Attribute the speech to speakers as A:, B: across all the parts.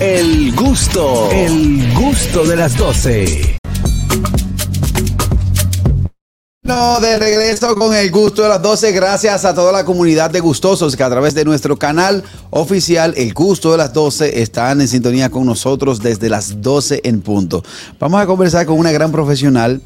A: El gusto, el gusto de las 12.
B: No, de regreso con el gusto de las 12. Gracias a toda la comunidad de gustosos que a través de nuestro canal oficial El gusto de las 12 están en sintonía con nosotros desde las 12 en punto. Vamos a conversar con una gran profesional,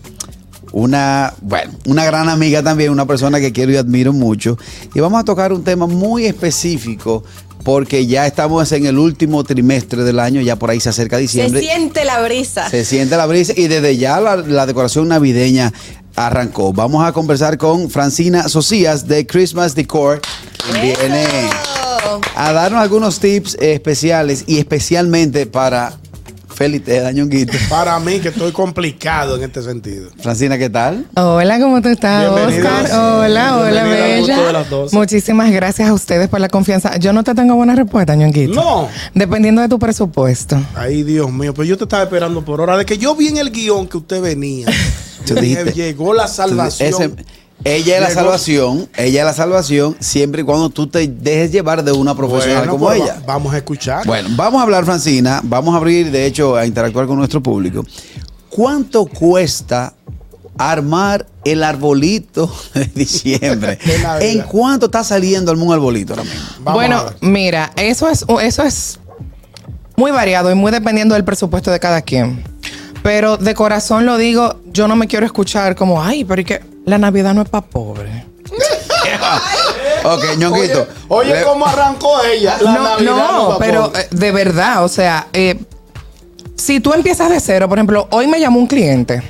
B: una, bueno, una gran amiga también, una persona que quiero y admiro mucho y vamos a tocar un tema muy específico porque ya estamos en el último trimestre del año, ya por ahí se acerca diciembre.
C: Se siente la brisa.
B: Se siente la brisa y desde ya la, la decoración navideña arrancó. Vamos a conversar con Francina Socias de Christmas Decor. quien Viene
C: Eso.
B: a darnos algunos tips eh, especiales y especialmente para Félix Dañonguito.
D: Para mí, que estoy complicado en este sentido.
B: Francina, ¿qué tal?
E: Hola, ¿cómo tú estás,
D: Bienvenida.
E: Oscar? Hola, hola,
D: Bienvenida al gusto de
E: Bella.
D: las doce.
E: Muchísimas gracias a ustedes por la confianza. Yo no te tengo buena respuesta, ñonguito.
D: No.
E: Dependiendo de tu presupuesto.
D: Ay, Dios mío, pero yo te estaba esperando por hora. De que yo vi en el guión que usted venía.
B: Tú
D: me
B: dijiste-
D: llegó la salvación.
B: Ese- ella es la
D: Llegó-
B: salvación, ella es la salvación siempre y cuando tú te dejes llevar de una profesional
D: Bueno,
B: como
D: pues,
B: ella.
D: va- Vamos a escuchar.
B: Bueno, vamos a hablar, Francina. Vamos a abrir, de hecho, a interactuar con nuestro público. ¿Cuánto cuesta armar el arbolito de diciembre?
D: De Navidad.
B: ¿En cuánto está saliendo algún arbolito ahora mismo?
D: Vamos
E: bueno,
D: a ver.
E: mira, eso es, eso es muy variado y muy dependiendo del presupuesto de cada quien. Pero de corazón lo digo, yo no me quiero escuchar como, ay, pero es que la Navidad no es para pobres.
B: Ok, ñonguito.
D: Oye, oye
B: le-
D: cómo arrancó ella. La
E: no,
D: Navidad
E: no,
D: va a
E: pero
D: poder.
E: eh, de verdad, o sea, eh, si tú empiezas de cero, por ejemplo, hoy me llamó un cliente.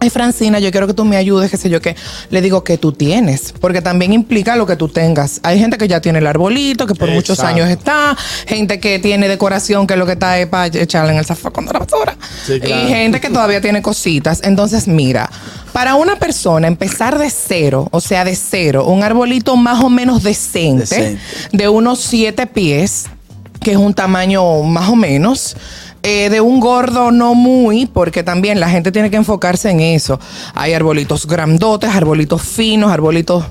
E: Ay, Francina, yo quiero que tú me ayudes, qué sé yo qué. Le digo que tú tienes, porque también implica lo que tú tengas. Hay gente que ya tiene el arbolito, que por muchos
D: Exacto.
E: años está. Gente que tiene decoración, que lo que está es para echarle en el zafacón de la basura.
D: Sí, claro.
E: Y gente que todavía tiene cositas. Entonces, mira, para una persona empezar de cero, o sea, de cero, un arbolito más o menos decente,
B: Decente.
E: de unos 7 pies, que es un tamaño más o menos. eh, de un gordo no muy, porque también la gente tiene que enfocarse en eso. Hay arbolitos grandotes, arbolitos finos, arbolitos...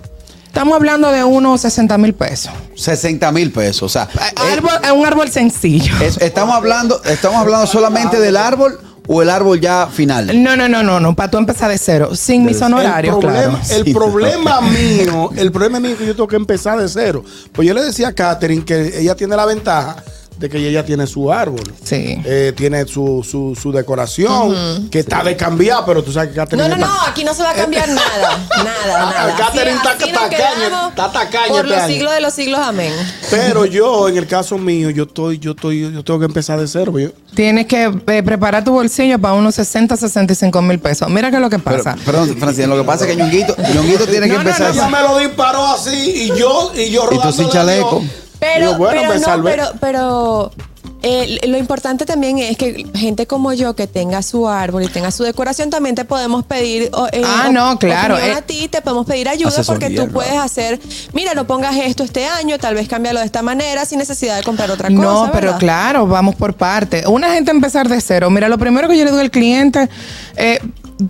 E: Estamos hablando de unos 60 mil pesos.
B: 60 mil pesos. O sea, eh,
E: Árbol- un árbol sencillo.
B: es- estamos, hablando, estamos hablando solamente del árbol o el árbol ya final.
E: No, no, no, no, no. Para tú empezar de cero, sin mis honorarios,
D: el problema,
E: claro.
D: el
B: Sí,
D: problema mío, el problema mío es que yo tengo que empezar de cero. Pues yo le decía a Katherine que ella tiene la ventaja de que ella tiene su árbol.
E: Sí.
D: Eh, tiene su, su, su decoración, que está de cambiar, pero tú sabes que Katherine
C: No, no,
D: es
C: no,
D: tan-
C: aquí no se va a
B: Eh,
C: cambiar nada. Nada,
D: Ah,
C: nada.
D: Catherine
C: Así-
D: está
C: así nos
D: tacaña,
C: quedamos
D: está tacaña
C: Por
D: este
C: los
D: año.
C: siglos de los siglos, amén.
D: Pero yo, en el caso mío, yo estoy, yo estoy, yo tengo que empezar de cero. yo-
E: Tienes que eh, preparar tu bolsillo para unos 60, 65 mil pesos. Mira qué es lo que
B: Pero,
E: pasa.
B: perdón, Francina, lo que pasa es que ñonguito, ñonguito tiene que
E: No, no,
B: empezar.
E: no,
D: Ella me lo disparó así y yo, y
B: Y
D: yo
B: tú sin
D: rodándole
B: chaleco.
D: yo-
C: Pero,
D: Digo, bueno,
B: pues,
C: pero
D: me
C: no,
D: salvé.
C: pero, pero eh, lo importante también es que gente como yo que tenga su árbol y tenga su decoración, también te podemos pedir o- eh,
E: Ah,
C: op-
E: no, claro,
C: opinión
E: eh.
C: a ti, te podemos pedir ayuda
B: Asesoría,
C: porque tú
B: claro.
C: puedes hacer, mira, no pongas esto este año, tal vez cámbialo de esta manera sin necesidad de comprar otra cosa.
E: No, pero
C: ¿verdad?
E: claro, vamos por parte. Una gente empezar de cero. Mira, lo primero que yo le digo al cliente, eh,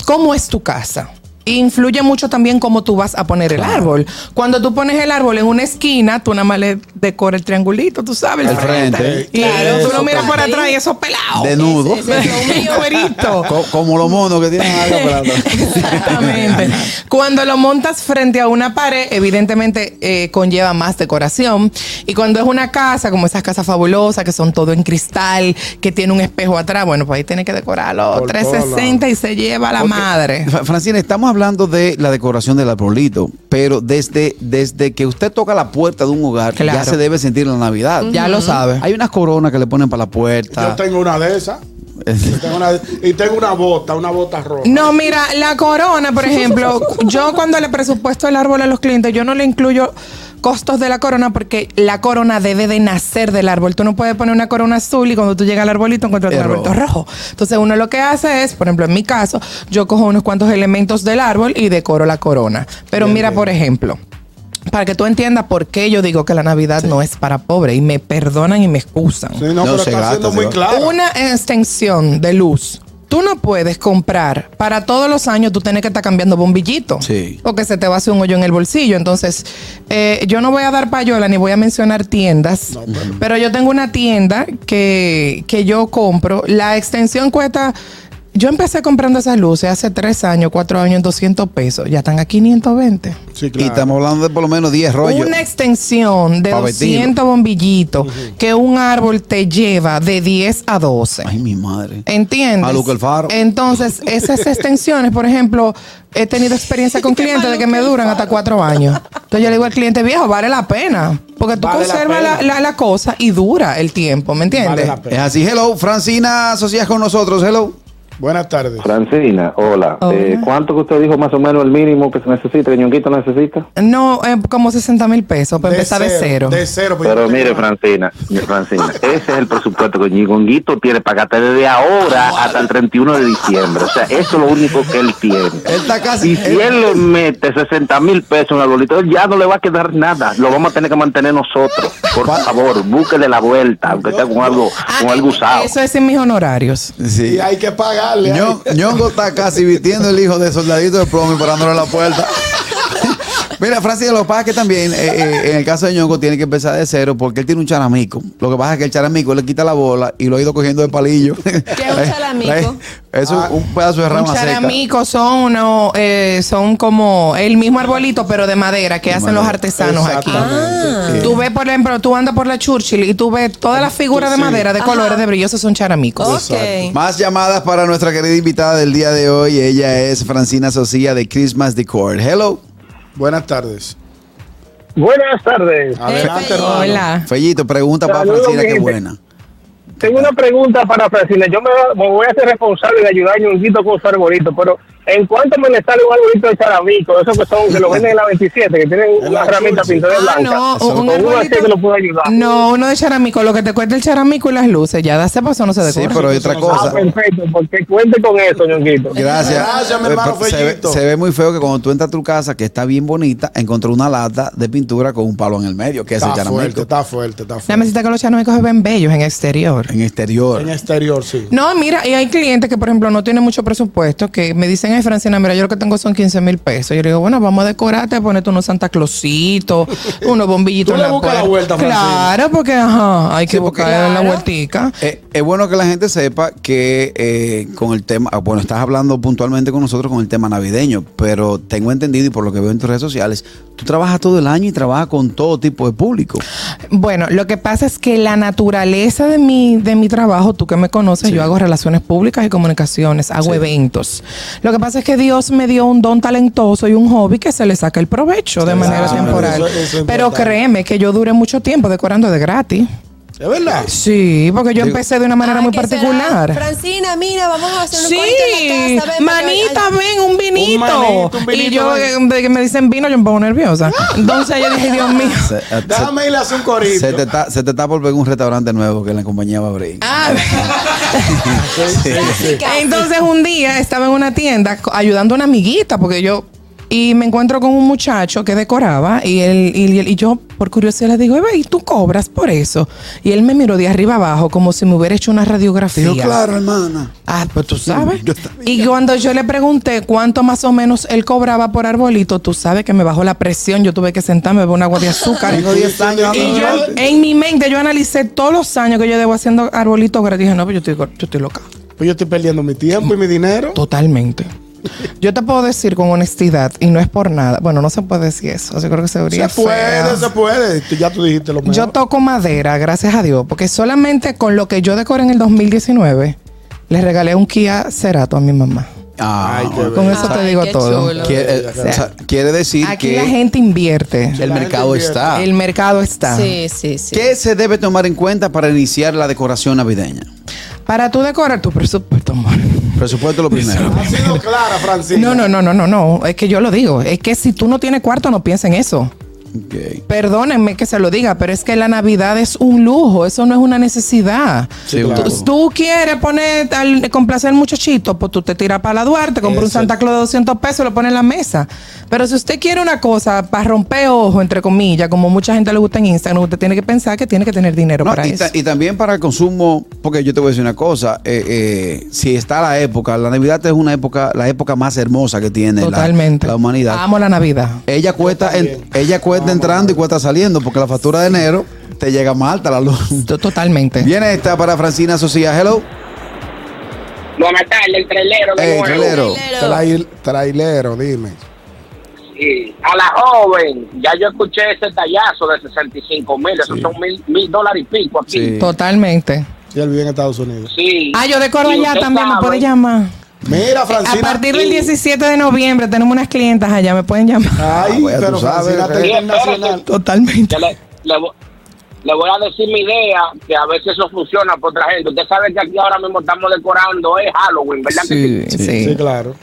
E: ¿cómo es tu casa? Influye mucho también cómo tú vas a poner el árbol. Cuando tú pones el árbol en una esquina, tú nada más le decoras el triangulito, tú sabes.
B: Al frente. Eh,
E: Y
D: Claro,
E: tú
D: eso,
E: lo miras por
C: claro.
E: atrás y eso pelado.
B: De nudo.
C: Ese- ese es lo mío.
E: Güerito.
B: Co- Como los monos que tienen algo para
E: Exactamente. Cuando lo montas frente a una pared, evidentemente eh, conlleva más decoración. Y cuando es una casa, como esas casas fabulosas, que son todo en cristal, que tiene un espejo atrás, bueno, pues ahí tiene que decorarlo
D: Por
E: 360 y se lleva la madre.
B: Fra- Francina, estamos hablando de la decoración del arbolito, pero desde, desde que usted toca la puerta de un hogar, ya
E: Claro.
B: se debe sentir la Navidad.
E: Ya lo sabe.
B: Hay unas coronas que le ponen para la
D: Yo
B: puerta. Eh,
D: tengo una de esas. Yo tengo una de- y tengo una bota, una bota roja.
E: No, mira, la corona, por ejemplo, yo cuando le presupuesto el árbol a los clientes, yo no le incluyo costos de la corona porque la corona debe de nacer del árbol. Tú no puedes poner una corona azul y cuando tú llegas al arbolito encuentras un
B: Error.
E: arbolito rojo. Entonces uno lo que hace es, por ejemplo, en mi caso, yo cojo unos cuantos elementos del árbol y decoro la corona. Pero mira, por ejemplo. Para que tú entiendas por qué yo digo que la Navidad no es para pobres y me perdonan y me excusan.
D: Sí, no,
B: No,
D: pero
B: se
D: está
B: gasta,
D: siendo
B: se
D: muy
B: gasta.
D: claro.
E: Una extensión de luz Tú no puedes comprar para todos los años, tú tienes que estar cambiando bombillito.
B: Sí.
E: O que se te va a hacer un hoyo en el bolsillo. Entonces, eh, yo no voy a dar payola ni voy a mencionar tiendas, pero yo tengo una tienda que, que yo compro. La extensión cuesta. Yo empecé comprando esas luces hace tres años, cuatro años en 200 pesos. Ya están a 520.
D: Sí,
B: Y estamos hablando de por lo menos 10 rollos.
E: Una extensión de
B: Pa'
E: 200 bombillitos que un árbol te lleva de 10 a 12.
B: Ay, mi madre.
E: ¿Entiendes?
B: A Luca el Faro.
E: Entonces, esas extensiones, por ejemplo, he tenido experiencia con clientes de que me duran hasta cuatro años. Entonces yo le digo al cliente, viejo, vale la pena. Porque tú
D: Vale la
E: conservas la,
D: pena.
E: la- la cosa y dura el tiempo, ¿me
D: Vale
E: entiendes?
D: la pena.
B: Es así, hello, Francina, asocias con nosotros, hello.
D: Buenas tardes.
F: Francina, hola.
E: Hola.
F: Eh, ¿Cuánto que usted dijo más o menos el mínimo que se necesita, el ñonguito necesita?
E: no, eh, como 60 mil pesos, para empezar de cero.
D: De cero. pues yo
F: Pero
D: no
F: mire,
D: tengo nada.
F: Francina, mire, Francina, ese es el presupuesto que ñonguito tiene para gastar desde ahora hasta el 31 de diciembre. O sea, eso es lo único que él tiene.
B: Él está casi.
F: Y si
B: él-
F: él le mete 60 mil pesos en el arbolito, él ya no le va a quedar nada. Lo vamos a tener que mantener nosotros. Por favor, búsquele la vuelta, aunque sea con algo, con
E: Ah,
F: algo usado.
E: Eso es en mis honorarios.
B: Sí.
D: Y hay que pagarle. hay-
B: Ño- Ñongo está casi vistiendo el hijo de soldadito de plomo y parándolo en la puerta. Mira, Francis, lo que pasa es que también, eh, eh, en el caso de Ñongo, tiene que empezar de cero porque él tiene un charamico. Lo que pasa es que el charamico le quita la bola y lo ha ido cogiendo de palillo. ¿Qué
C: es un charamico?
B: Eso es un pedazo de
E: Ah, Un
B: rama seca.
E: charamico son uno, eh, son como el mismo arbolito, pero de madera que hacen los
B: madera.
E: artesanos aquí.
D: Exactamente.
E: Tú ves, por ejemplo, tú andas por la Churchill y tú ves todas las figuras de
D: sí.
E: madera de
C: Ajá.
E: colores de brillo, esos son charamicos.
C: Ok.
B: Más llamadas para nuestra querida invitada del día de hoy. Ella es Francina Socia de Christmas Decor. Hello.
D: Buenas tardes.
G: Buenas tardes.
D: Adelante,
C: Felipe.
D: hermano.
E: Hola.
B: Fellito, pregunta para
G: Saludos,
B: Francina,
G: mi
B: qué
G: gente.
B: buena.
G: Tengo una pregunta para Francina. Yo me, me voy a hacer responsable de ayudar a Ñonguito con su arbolito, pero ¿en cuánto me le sale un arbolito de charamico? Esos que son, que lo venden en la 27, que tienen
D: En
G: una
D: la
G: ramita
D: Churchill.
G: pintada de
E: Ah,
G: blanca.
E: no, un-
G: Con
E: un
G: uno
E: arbolito-
G: así que lo puedo ayudar.
E: No, uno de charamico, lo que te cuesta el charamico y las luces, ya de hace paso no se
B: Sí,
E: decora.
B: pero hay otra
G: Ah,
B: cosa.
G: perfecto, porque cuente con eso, Ñonguito.
B: Gracias.
D: Pues, Gracias, mi
B: Eh,
D: hermano
B: se, ve,
D: Fellito.
B: se ve muy feo que cuando tú entras a tu casa, que está bien bonita, encontró una lata de pintura con un palo en el medio, que es el
D: Está
B: charamico.
D: fuerte, está fuerte, está
E: La
D: fuerte.
E: mesita que los charamicos se ven bellos en exterior.
B: En exterior.
D: En exterior, sí.
E: No, mira, y hay clientes que, por ejemplo, no tienen mucho presupuesto, que me dicen, ay, Francina, mira, yo lo que tengo son 15 mil pesos. Yo le digo, bueno, vamos a decorarte, ponerte unos Santa Clausitos, unos bombillitos.
D: Tú
E: en
D: le buscas la
E: puerta.
D: vuelta, Francina.
E: Claro, porque, ajá, hay que
B: Sí, porque-
E: buscar la
C: Claro.
E: vueltica.
B: Eh, es bueno que la gente sepa que eh, con el tema, ah, bueno, estás hablando puntualmente con nosotros con el tema navideño, pero tengo entendido y por lo que veo en tus redes sociales, tú trabajas todo el año y trabajas con todo tipo de público.
E: Bueno, lo que pasa es que la naturaleza de mi, de mi trabajo, tú que me conoces, yo hago relaciones públicas y comunicaciones, hago eventos. Lo que pasa es que Dios me dio un don talentoso y un hobby que se le saca el provecho de
D: le
E: manera
D: saca el
E: temporal.
D: provecho, eso es
E: Pero
D: importante.
E: créeme que yo duré mucho tiempo decorando de gratis.
D: ¿Es verdad?
E: Sí, porque yo empecé de una manera
C: Ay,
E: muy
C: ¿qué será?
E: particular.
C: Francina, mira, vamos a hacer un
E: Sí,
C: cuento en la casa. ven, para que-
E: manita, ven, un vinito.
D: manito, un vinito,
E: y yo,
D: ven.
E: eh, que me dicen vino, yo me pongo nerviosa. Entonces yo dije, Dios mío.
B: Se, eh, se-
D: Déjame irle a hacer un corito.
B: se te está, se te está por ver un restaurante nuevo que la compañía va a abrir.
E: Ah,
D: Sí, sí.
E: Entonces un día estaba en una tienda co- ayudando a una amiguita, porque yo... Y me encuentro con un muchacho que decoraba y él y, él- y yo por curiosidad le digo, "Eve, ¿y tú cobras por eso? Y él me miró de arriba abajo como si me hubiera hecho una radiografía.
B: Digo, claro, hermana.
E: Ah, pues tú sabes. Y cuando yo le pregunté cuánto más o menos él cobraba por arbolito, tú sabes que me bajó la presión, yo tuve que sentarme, beber un agua de azúcar.
B: Tengo 10 años.
E: Y
B: dando
E: yo, eh,
B: vueltas.
E: en mi mente, yo analicé todos los años que yo debo haciendo arbolitos gratis. Dije, no, pues yo estoy, yo estoy loca.
D: Pues yo estoy perdiendo mi tiempo y mi dinero.
E: Totalmente. Yo te puedo decir con honestidad, y no es por nada. Bueno, no se puede decir eso. Yo creo que se
D: Se
E: debería.
D: puede, se puede. Tú- Ya tú dijiste lo mismo.
E: Yo toco madera, gracias a Dios, porque solamente con lo que yo decoré en el 2019, le regalé un Kia Cerato a mi mamá.
B: Ah,
D: Ay, qué
B: ok.
E: Con eso te
C: Ay,
E: digo
C: qué
E: todo.
C: chulo.
B: Quiere, eh, o sea, quiere decir
E: Aquí
B: que
E: la gente invierte.
B: el
D: La
B: mercado
D: gente invierte.
B: está.
E: El mercado está.
C: Sí, sí, sí.
B: ¿Qué se debe tomar en cuenta para iniciar la decoración navideña?
E: Para tú decorar tu presupuesto, amor.
B: Presupuesto lo primero.
D: Ha sido clara, Francina.
E: No, no, no, no, no, no. Es que yo lo digo. Es que si tú no tienes cuarto, no piensa en eso.
B: Ok.
E: Perdónenme que se lo diga, pero es que la Navidad es un lujo, eso no es una necesidad.
B: Sí,
E: tú,
B: claro.
E: tú quieres poner, al, complacer al muchachito, pues tú te tiras para la Duarte, compras un
D: Eso.
E: Santa Claus de 200 pesos, lo pones en la mesa. Pero si usted quiere una cosa para romper ojo, entre comillas, como mucha gente le gusta en Instagram, usted tiene que pensar que tiene que tener dinero
B: No,
E: para
B: y,
E: eso.
B: ta- y también para el consumo, porque yo te voy a decir una cosa, eh, eh, si está la época, la Navidad es una época, la época más hermosa que tiene la-
E: Totalmente.
B: La, humanidad.
E: Amo la Navidad.
B: Ella cuesta, en- ella cuesta entrando y cuesta saliendo, porque la factura de enero te llega más alta la luz.
E: To- Totalmente.
B: Viene esta para Francina Socia. Hello.
G: Buenas tardes, el trailero. de
B: Hey,
G: nuevo.
B: trelero.
D: Trail- trailero, dime.
G: Sí. A la joven, ya yo escuché ese tallazo de 65 mil, esos son mil, mil dólares y pico aquí.
B: Sí.
G: Sí.
E: Totalmente.
D: Si él vive en Estados Unidos.
E: Ah, yo decoro
G: Y
E: allá
G: usted
E: también, me
G: sabe-
E: puede llamar.
D: Mira,
E: A
D: Francina.
E: partir del 17 de noviembre tenemos unas clientas allá, me pueden llamar.
D: Ay,
B: Ah, bueno,
D: pero
B: tú sabes,
D: Francina está
G: sí,
D: internacional.
E: Totalmente.
G: Yo le, le vo- le voy a decir mi idea, que a veces eso funciona para otra gente. Usted sabe que aquí ahora mismo estamos decorando, es Halloween, ¿verdad? que sí?
E: Sí, sí.
D: Sí, claro.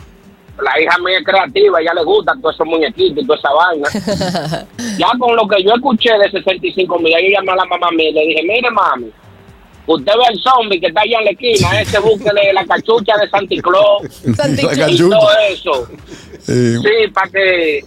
G: La hija mía es creativa, ella le gusta todos esos muñequitos y toda esa vaina. ya con lo que yo escuché de 65 mil, yo llamé a la mamá mía y le dije, mire mami, usted ve el zombie que está allá en la esquina, ese búsquele la cachucha de Santa Claus y todo eso. Sí, para que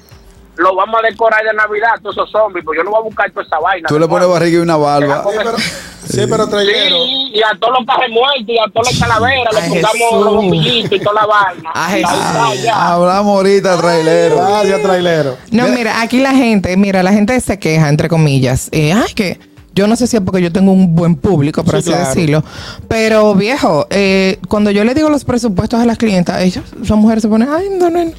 G: lo vamos a decorar de Navidad, todos esos zombies, pues yo no voy a buscar toda esa vaina.
B: Tú le pones barriga y una barba.
D: Sí, pero, sí, pero trailero.
G: Sí, y a todos los cajes muertos y a todas las calaveras
E: Ay,
G: le
E: Jesús.
G: pongamos los bombillitos y toda la vaina.
E: Ay,
G: La usamos
E: Jesús.
G: ya.
B: Ah, Hablamos ahorita, trailero.
D: Gracias, trailero.
E: No, mira, aquí la gente, mira, la gente se queja, entre comillas. Eh, ay, que yo no sé si es porque yo tengo un buen público, por
D: Sí,
E: así
D: claro.
E: decirlo. Pero, viejo, eh, cuando yo le digo los presupuestos a las clientas, ellas, esas mujeres se ponen, ay, no, no. no".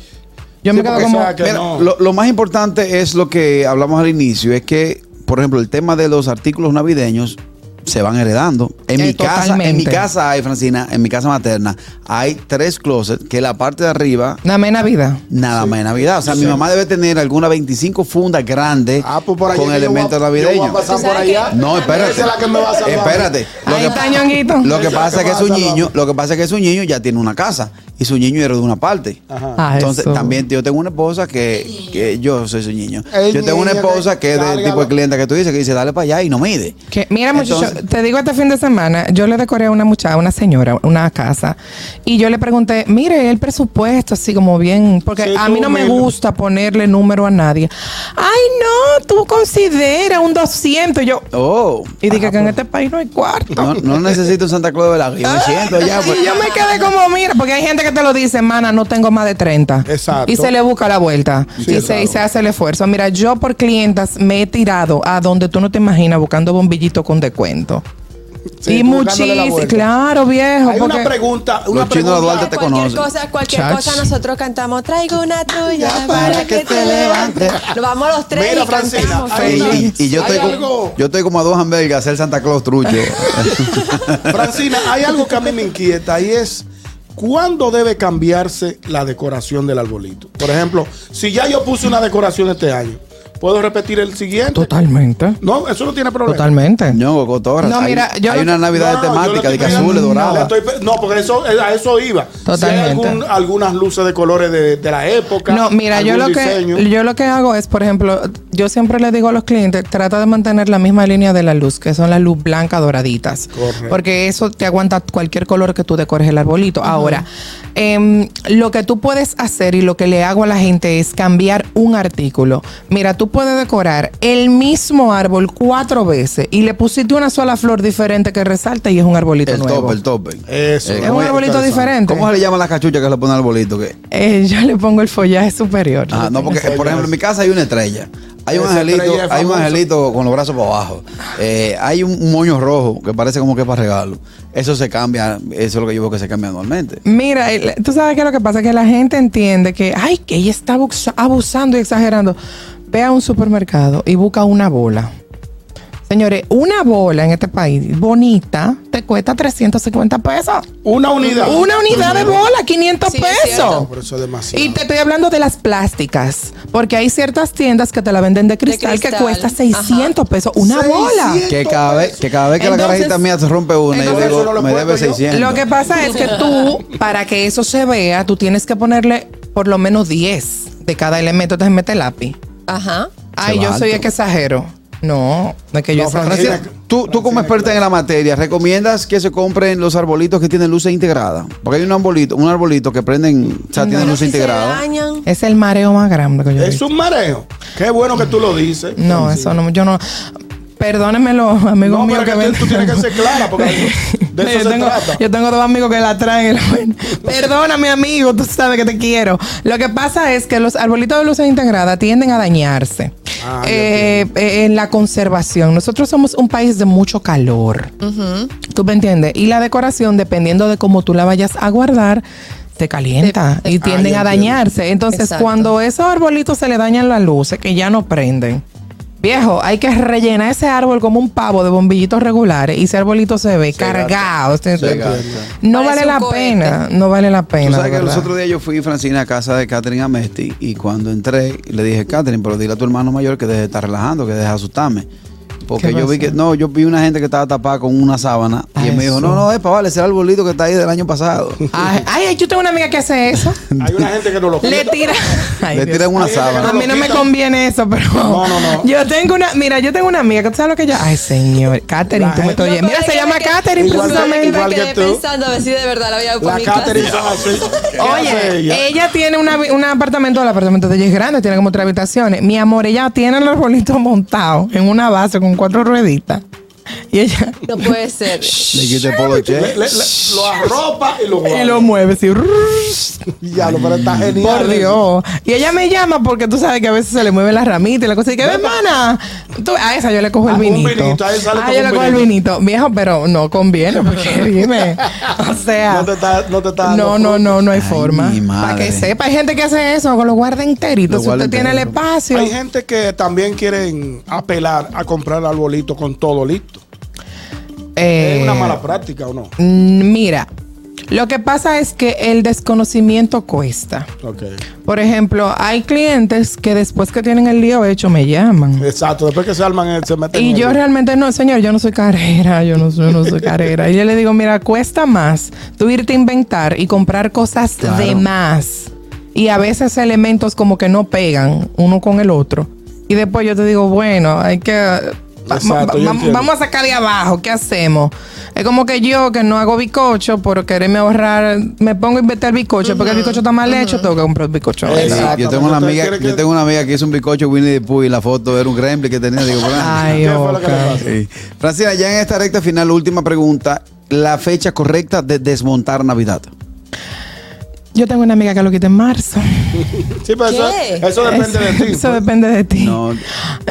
E: Yo me
D: Sí,
E: quedo
D: porque
E: como.
D: sea Ah, que
B: Mira,
D: no.
B: lo, lo más importante es lo que hablamos al inicio, es que, por ejemplo, el tema de los artículos navideños se van heredando. En
E: Eh,
B: mi casa, en mi
E: totalmente.
B: casa hay, Francina, en mi casa materna, hay tres closets que la parte de arriba
E: Dame Navidad.
B: Nada más de Navidad. O sea, mi mamá debe tener alguna 25 fundas grandes
D: Ah, pues por ahí
B: con
D: es que yo voy a-
B: elementos
D: yo voy
B: navideños.
D: a pasar por allá.
B: No, espérate.
D: Esa es la que me va a salvar.
B: Espérate. Lo
E: Ahí
B: que,
E: está, ñonguito.
B: lo que
D: Esa es la
B: pasa
D: que
B: es que
D: me
B: su
D: va a
B: niño,
D: salvar.
B: lo que pasa es que su niño ya tiene una casa y su niño era de una parte.
D: Ajá.
E: Ah,
B: Entonces,
E: eso.
B: también yo tengo una esposa que, que yo soy su niño.
D: El
B: Yo tengo una
D: niño que-
B: esposa que es del tipo de
D: Cárgalo.
B: cliente que tú dices, que dice, dale para allá y no mide.
E: Que, mira, muchacho,
B: Entonces-
E: te digo este fin de semana, yo le decoré a una muchacha, una señora, una casa, y yo le pregunté, mire, el presupuesto, así como bien, porque
D: Sí,
E: a
D: tú
E: mí no me
D: humilde.
E: gusta ponerle número a nadie. Ay, no, tú considera un 200. Y yo,
B: Oh.
E: y dije
D: pues.
E: que en este país no hay cuarto.
B: No, no necesito un Santa Claus de Velasco. Yo me siento ya. Pues.
E: Y yo me quedé como, mira, porque hay gente que te lo dice, mana, no tengo más de 30.
D: Exacto.
E: Y se le busca la vuelta.
D: Sí,
E: y, se, y se hace el esfuerzo. Mira, yo por clientas me he tirado a donde tú no te imaginas buscando bombillitos con descuento.
D: Sí,
E: y
D: tú dándole la
E: muchísimo,
D: vuelta.
E: claro, viejo.
D: Hay
E: porque
D: una pregunta, una
B: Los chinos de
D: pregunta.
B: Duarte te
C: cualquier
B: conocen.
C: cosa, cualquier
E: Chach.
C: cosa nosotros cantamos. Traigo una tuya
B: Ya
C: para, que, te levante. Nos vamos los tres
D: Mira,
C: y
D: Francina,
C: cantamos.
D: hay
B: Ay,
D: una-
C: feliz.
B: y, y yo,
D: ¿Hay
B: estoy como,
D: algo?
B: yo estoy como a dos hamburguesas, el Santa Claus trucho.
D: Francina, hay algo que a mí me inquieta y es ¿cuándo debe cambiarse la decoración del arbolito? Por ejemplo, si ya yo puse una decoración este año, ¿puedo repetir el siguiente?
E: Totalmente.
D: No, eso no tiene problema.
E: Totalmente.
B: Ñongo, cotorras.
E: No,
B: Hay-
E: mira, yo
B: hay
E: lo-
B: una Navidad
D: No,
B: de
D: no, yo le
B: temática, de
D: estoy
B: que
D: dando-
B: azules,
D: no, le
B: doradas.
D: estoy pe- No, porque eso, eh, a eso iba. Si hay
E: Totalmente.
D: algún- algunas luces de colores de, de la época.
E: No, mira, yo lo
D: algún diseño.
E: que yo lo que hago es, por ejemplo, yo siempre le digo a los clientes, trata de mantener la misma línea de la luz, que son las luz blancas doraditas,
D: Correcto.
E: porque eso te aguanta cualquier color que tú decores el arbolito. Ahora, em, lo que tú puedes hacer y lo que le hago a la gente es cambiar un artículo. Mira, tú puedes decorar el mismo árbol cuatro veces y le pusiste una sola flor diferente que resalta y es un arbolito
B: El
E: nuevo.
B: tope, el tope.
D: Eso.
B: Eh,
E: Es un
B: ¿cómo,
E: arbolito diferente.
B: cómo se le llaman las cachuchas que le ponen al arbolito? ¿Qué?
E: Eh, yo le pongo el follaje superior.
B: Ah, no, porque por ejemplo en mi casa hay una estrella. Hay un
D: Esa
B: angelito,
D: estrella es
B: hay un
D: famosa.
B: angelito con los brazos para abajo. Eh, hay un, un moño rojo que parece como que es para regalo. Eso se cambia, eso es lo que yo veo que se cambia anualmente.
E: Mira, el- tú sabes que lo que pasa es que la gente entiende que, ay, que ella está abusa- abusando y exagerando. Ve a un supermercado y busca una bola. Señores, una bola en este país bonita te cuesta 350 pesos.
D: Una unidad.
E: Una unidad de bola, 500
C: Sí, es
E: pesos.
D: Por eso es demasiado.
E: Y te estoy hablando de las plásticas, porque hay ciertas tiendas que te la venden de cristal, que
C: cristal.
E: cuesta 600 pesos. Una bola.
D: 600.
B: Que cada vez que, cada vez que la
E: Entonces-
B: carajita mía se rompe una, yo
E: entonces-
B: digo,
D: Eso no lo
B: me
D: puedo
B: debe
D: yo.
B: 600.
E: Lo que pasa es que tú, para que eso se vea, tú tienes que ponerle por lo menos 10 de cada elemento. Entonces mete lápiz.
C: Ajá.
E: Ay,
B: Se
E: yo
B: va
E: soy
B: alto.
E: el que exagero. No, no es que yo
D: No,
E: exagero.
D: Francina,
B: Francina, tú, tú como
D: Francina,
B: experta en la materia, ¿recomiendas que se compren los arbolitos que tienen luces integradas? Porque hay un arbolito, un arbolito que prenden, o sea, tienen
C: Pero
B: luces
C: Mm, si se
B: integradas.
C: dañan.
E: Es el mareo más grande que yo he
D: Es
E: visto.
D: un mareo. Qué bueno que tú lo dices.
E: No, eso no, yo no. Perdónenme los amigos
D: No,
E: míos
D: pero
E: que
D: que tú- tú
E: ven-
D: tienes que ser clara, porque de eso
E: yo
D: se
E: tengo,
D: trata.
E: Yo tengo dos amigos que la traen. y la ven. Perdóname, amigo, tú sabes que te quiero. Lo que pasa es que los arbolitos de luces integrada tienden a dañarse.
D: Ah, ya
E: Eh, eh, en la conservación. Nosotros somos un país de mucho calor. ¿Tú me entiendes? Y la decoración, dependiendo de cómo tú la vayas a guardar, te calienta
C: Te-
E: y tienden
D: Ah, ya
E: a
D: entiendo.
E: dañarse. Entonces,
C: Exacto.
E: cuando esos arbolitos se le dañan las luces, que ya no prenden, viejo, hay que rellenar ese árbol como un pavo de bombillitos regulares y ese arbolito se ve cargado. ¿sí?
B: Se gasta.
E: No
C: Parece
E: vale
C: un
E: la
C: cohete.
E: pena, no vale la pena.
B: Tú sabes que
E: de
B: los
E: verdad.
B: otros días yo fui, Francina, a casa de Catherine Amesti y cuando entré le dije, Catherine, pero dile a tu hermano mayor que deje de estar relajando, que deje de asustarme. Porque
E: ¿Qué
B: yo vi
E: pasó?
B: que, no, yo vi una gente que estaba tapada con una sábana y
E: Ah,
B: él me dijo,
E: eso.
B: no, no, es para vale, ese arbolito que está ahí del año pasado.
E: Ay, ay, yo tengo una amiga que hace eso.
D: Hay una gente que no lo
E: Le
D: quita.
E: tira. Ay,
B: Le
E: Dios.
B: tiran una
D: Ay, Dios.
B: sábana.
E: A mí no me
D: Loquita.
E: conviene eso, pero.
D: No, no, no.
E: Yo tengo una. Mira, yo tengo una amiga que tú sabes lo que yo. Ay, señor. Catherine,
D: La
E: tú me
D: gente-
E: estás oyendo. Mira,
C: Yo
E: se
C: me
E: llama
C: quedé-
E: Catherine,
C: yo me
E: precisamente.
D: igual que
C: quedé
D: tú.
C: pensando a ver si de verdad la voy a
D: La
C: poner en
D: Catherine
C: casa.
D: son así. ¿Qué hace
E: Oye,
D: ella?
E: ella? tiene una, vi- un apartamento, el apartamento de ella es grande, tiene como tres habitaciones. Mi amor, ella tiene el arbolito montado en una base con cuatro rueditas. Y ella
C: No puede ser.
B: Le quité polo che.
D: Le- le- le- lo arropa y lo guarda.
E: y lo mueve así.
D: Ya, lo pero está genial.
E: Por Dios. Y ella me llama porque tú sabes que a veces se le mueve la ramita y la cosa. Y que, hermana, tú, a esa yo le cojo el
D: Ah, un
E: vinito.
D: vinito, a esa le
E: ah,
D: tomo
E: yo
D: un
E: le cojo el vinito. Viejo, pero no conviene, porque dime. O sea.
D: No te está- no te está dando
E: No, no, no, no hay
B: Ay,
E: forma.
B: mi madre.
E: Para que sepa, hay gente que hace eso, que lo guarda enterito.
B: Lo
E: si
B: guarda
E: usted tiene el
B: enterito.
E: espacio.
D: Hay gente que también quieren apelar a comprar arbolitos con todo listo.
E: Eh,
D: es una mala práctica o no.
E: mm, Mira, lo que pasa es que el desconocimiento cuesta.
D: Ok.
E: Por ejemplo, hay clientes que después que tienen el lío hecho me llaman.
D: Exacto. Después que se arman, eh, se meten.
E: Y
D: en
E: yo
D: el-
E: realmente no, señor, yo no soy carrera, yo no soy, yo no soy carrera. Y yo le digo, mira, cuesta más tú irte a inventar y comprar cosas de más. Y a veces elementos como que no pegan uno con el otro. Y después yo te digo, bueno, hay que... va-
D: Exacto, yo
E: va-
D: entiendo.
E: vamos a sacar de abajo, ¿qué hacemos? Es como que yo que no hago bicocho por quererme ahorrar, me pongo a inventar bicocho porque el bicocho está mal hecho, tengo que comprar el bicocho.
B: Sí,
D: Exacto,
B: yo tengo
D: porque
B: una
D: usted
B: amiga,
D: quiere que-
B: yo tengo una amiga que hizo un bizcocho Winnie the Pooh y la foto era un gremlin que tenía. Digo, "Ah".
E: Ay,
D: ¿Qué fue lo que le
E: Oca.
D: pasó?
B: Sí. Francina, ya en esta recta final, última pregunta. La fecha correcta de desmontar Navidad.
E: Yo tengo una amiga que lo quita en marzo.
D: Sí, pero eso,
C: ¿Qué?
D: eso depende de ti. pues.
E: Eso depende de ti.
B: No,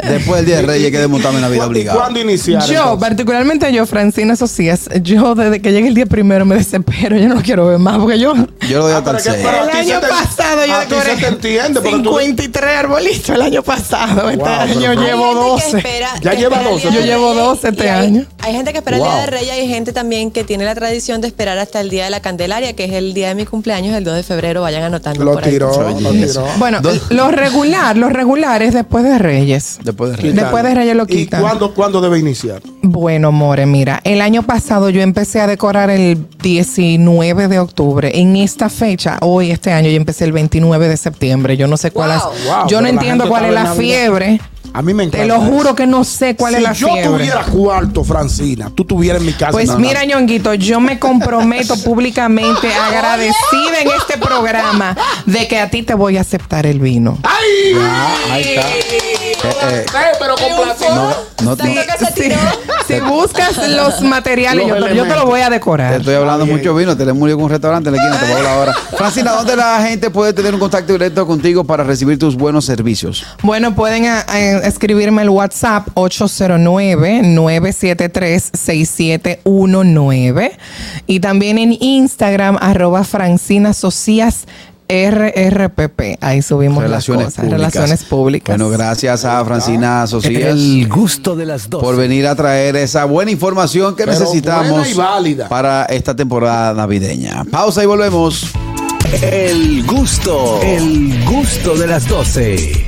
B: después del Día de Reyes hay que desmontarme
D: ¿Y
B: Navidad
D: cu- y
B: obligado.
D: ¿Cuándo iniciar?
E: Yo,
D: entonces?
E: particularmente yo, Francina, esos días, yo desde que llegue el día primero me desespero, yo no lo quiero ver más, porque yo...
B: Yo lo doy
D: Ah,
B: hasta el
D: pero que
B: 6.
D: para-
E: el
D: a ti se
E: año
D: te-
E: pasado yo
D: a ti se
E: decoré
D: te entiende, porque tú-
E: 53 arbolitos el año pasado, este
D: Wow, pero-
E: año
D: Hay
E: llevo
C: gente que
E: 12.
C: espera-
D: Ya
C: que
D: lleva
C: espera el
D: 12.
C: Día
E: Yo
C: de
E: llevo
C: Reyes
E: 12 este
C: y hay-
E: año.
C: Hay gente que espera el
B: Wow.
C: Día de Reyes y hay gente también que tiene la tradición de esperar hasta el Día de la Candelaria, que es el día de mi cumpleaños, el 2 de febrero. Vayan anotando
D: Lo
C: por ahí.
D: tiró, lo tiró.
E: Bueno,
B: Dos-
E: lo regular, lo regular es después de Reyes.
B: Después del Reyes.
E: Después de Reyes lo
D: ¿Y
E: quitan.
D: cuándo, cuándo debe iniciar?
E: Bueno, More, mira, el año pasado yo empecé a decorar el 19 de octubre. En esta fecha, hoy, este año, yo empecé el 29 de septiembre. Yo no sé cuál
C: Wow.
E: es.
D: Wow, pero
E: yo no
D: la
E: entiendo
D: gente
E: cuál es
D: está
E: la
D: en Navidad.
E: fiebre.
D: A mí me encanta.
E: Te lo juro
D: eso.
E: que no sé cuál
D: si
E: es la
D: yo
E: fiebre.
D: tuviera cuarto, Francina, tú tuvieras en mi casa.
E: Pues
D: nada.
E: mira, ñonguito, yo me comprometo públicamente, agradecida en este programa, de que a ti te voy a aceptar el vino.
D: ¡Ay!
B: Ah, ahí está. Eh, eh,
D: Eh, pero complacido.
B: no, no, no.
C: Sí. que se tiró.
E: si buscas los materiales,
D: Los
E: yo, te, yo te
D: elementos.
E: lo voy a
B: Te
E: decorar.
B: estoy hablando mucho vino, te le murió con un restaurante en la esquina, te voy a hablar ahora. Francina, ¿dónde la gente puede tener un contacto directo contigo para recibir tus buenos servicios?
E: Bueno, pueden a- a- escribirme el WhatsApp 809-973-6719 y también en Instagram arroba Francina Socias RRPP. Ahí subimos las cosas, relaciones públicas.
B: Bueno, gracias a Francina Socias
A: El gusto de las 12.
B: por venir a traer esa buena información que
D: Pero
B: necesitamos
D: buena y válida.
B: para esta temporada navideña. Pausa y volvemos.
A: El gusto. El gusto de las 12.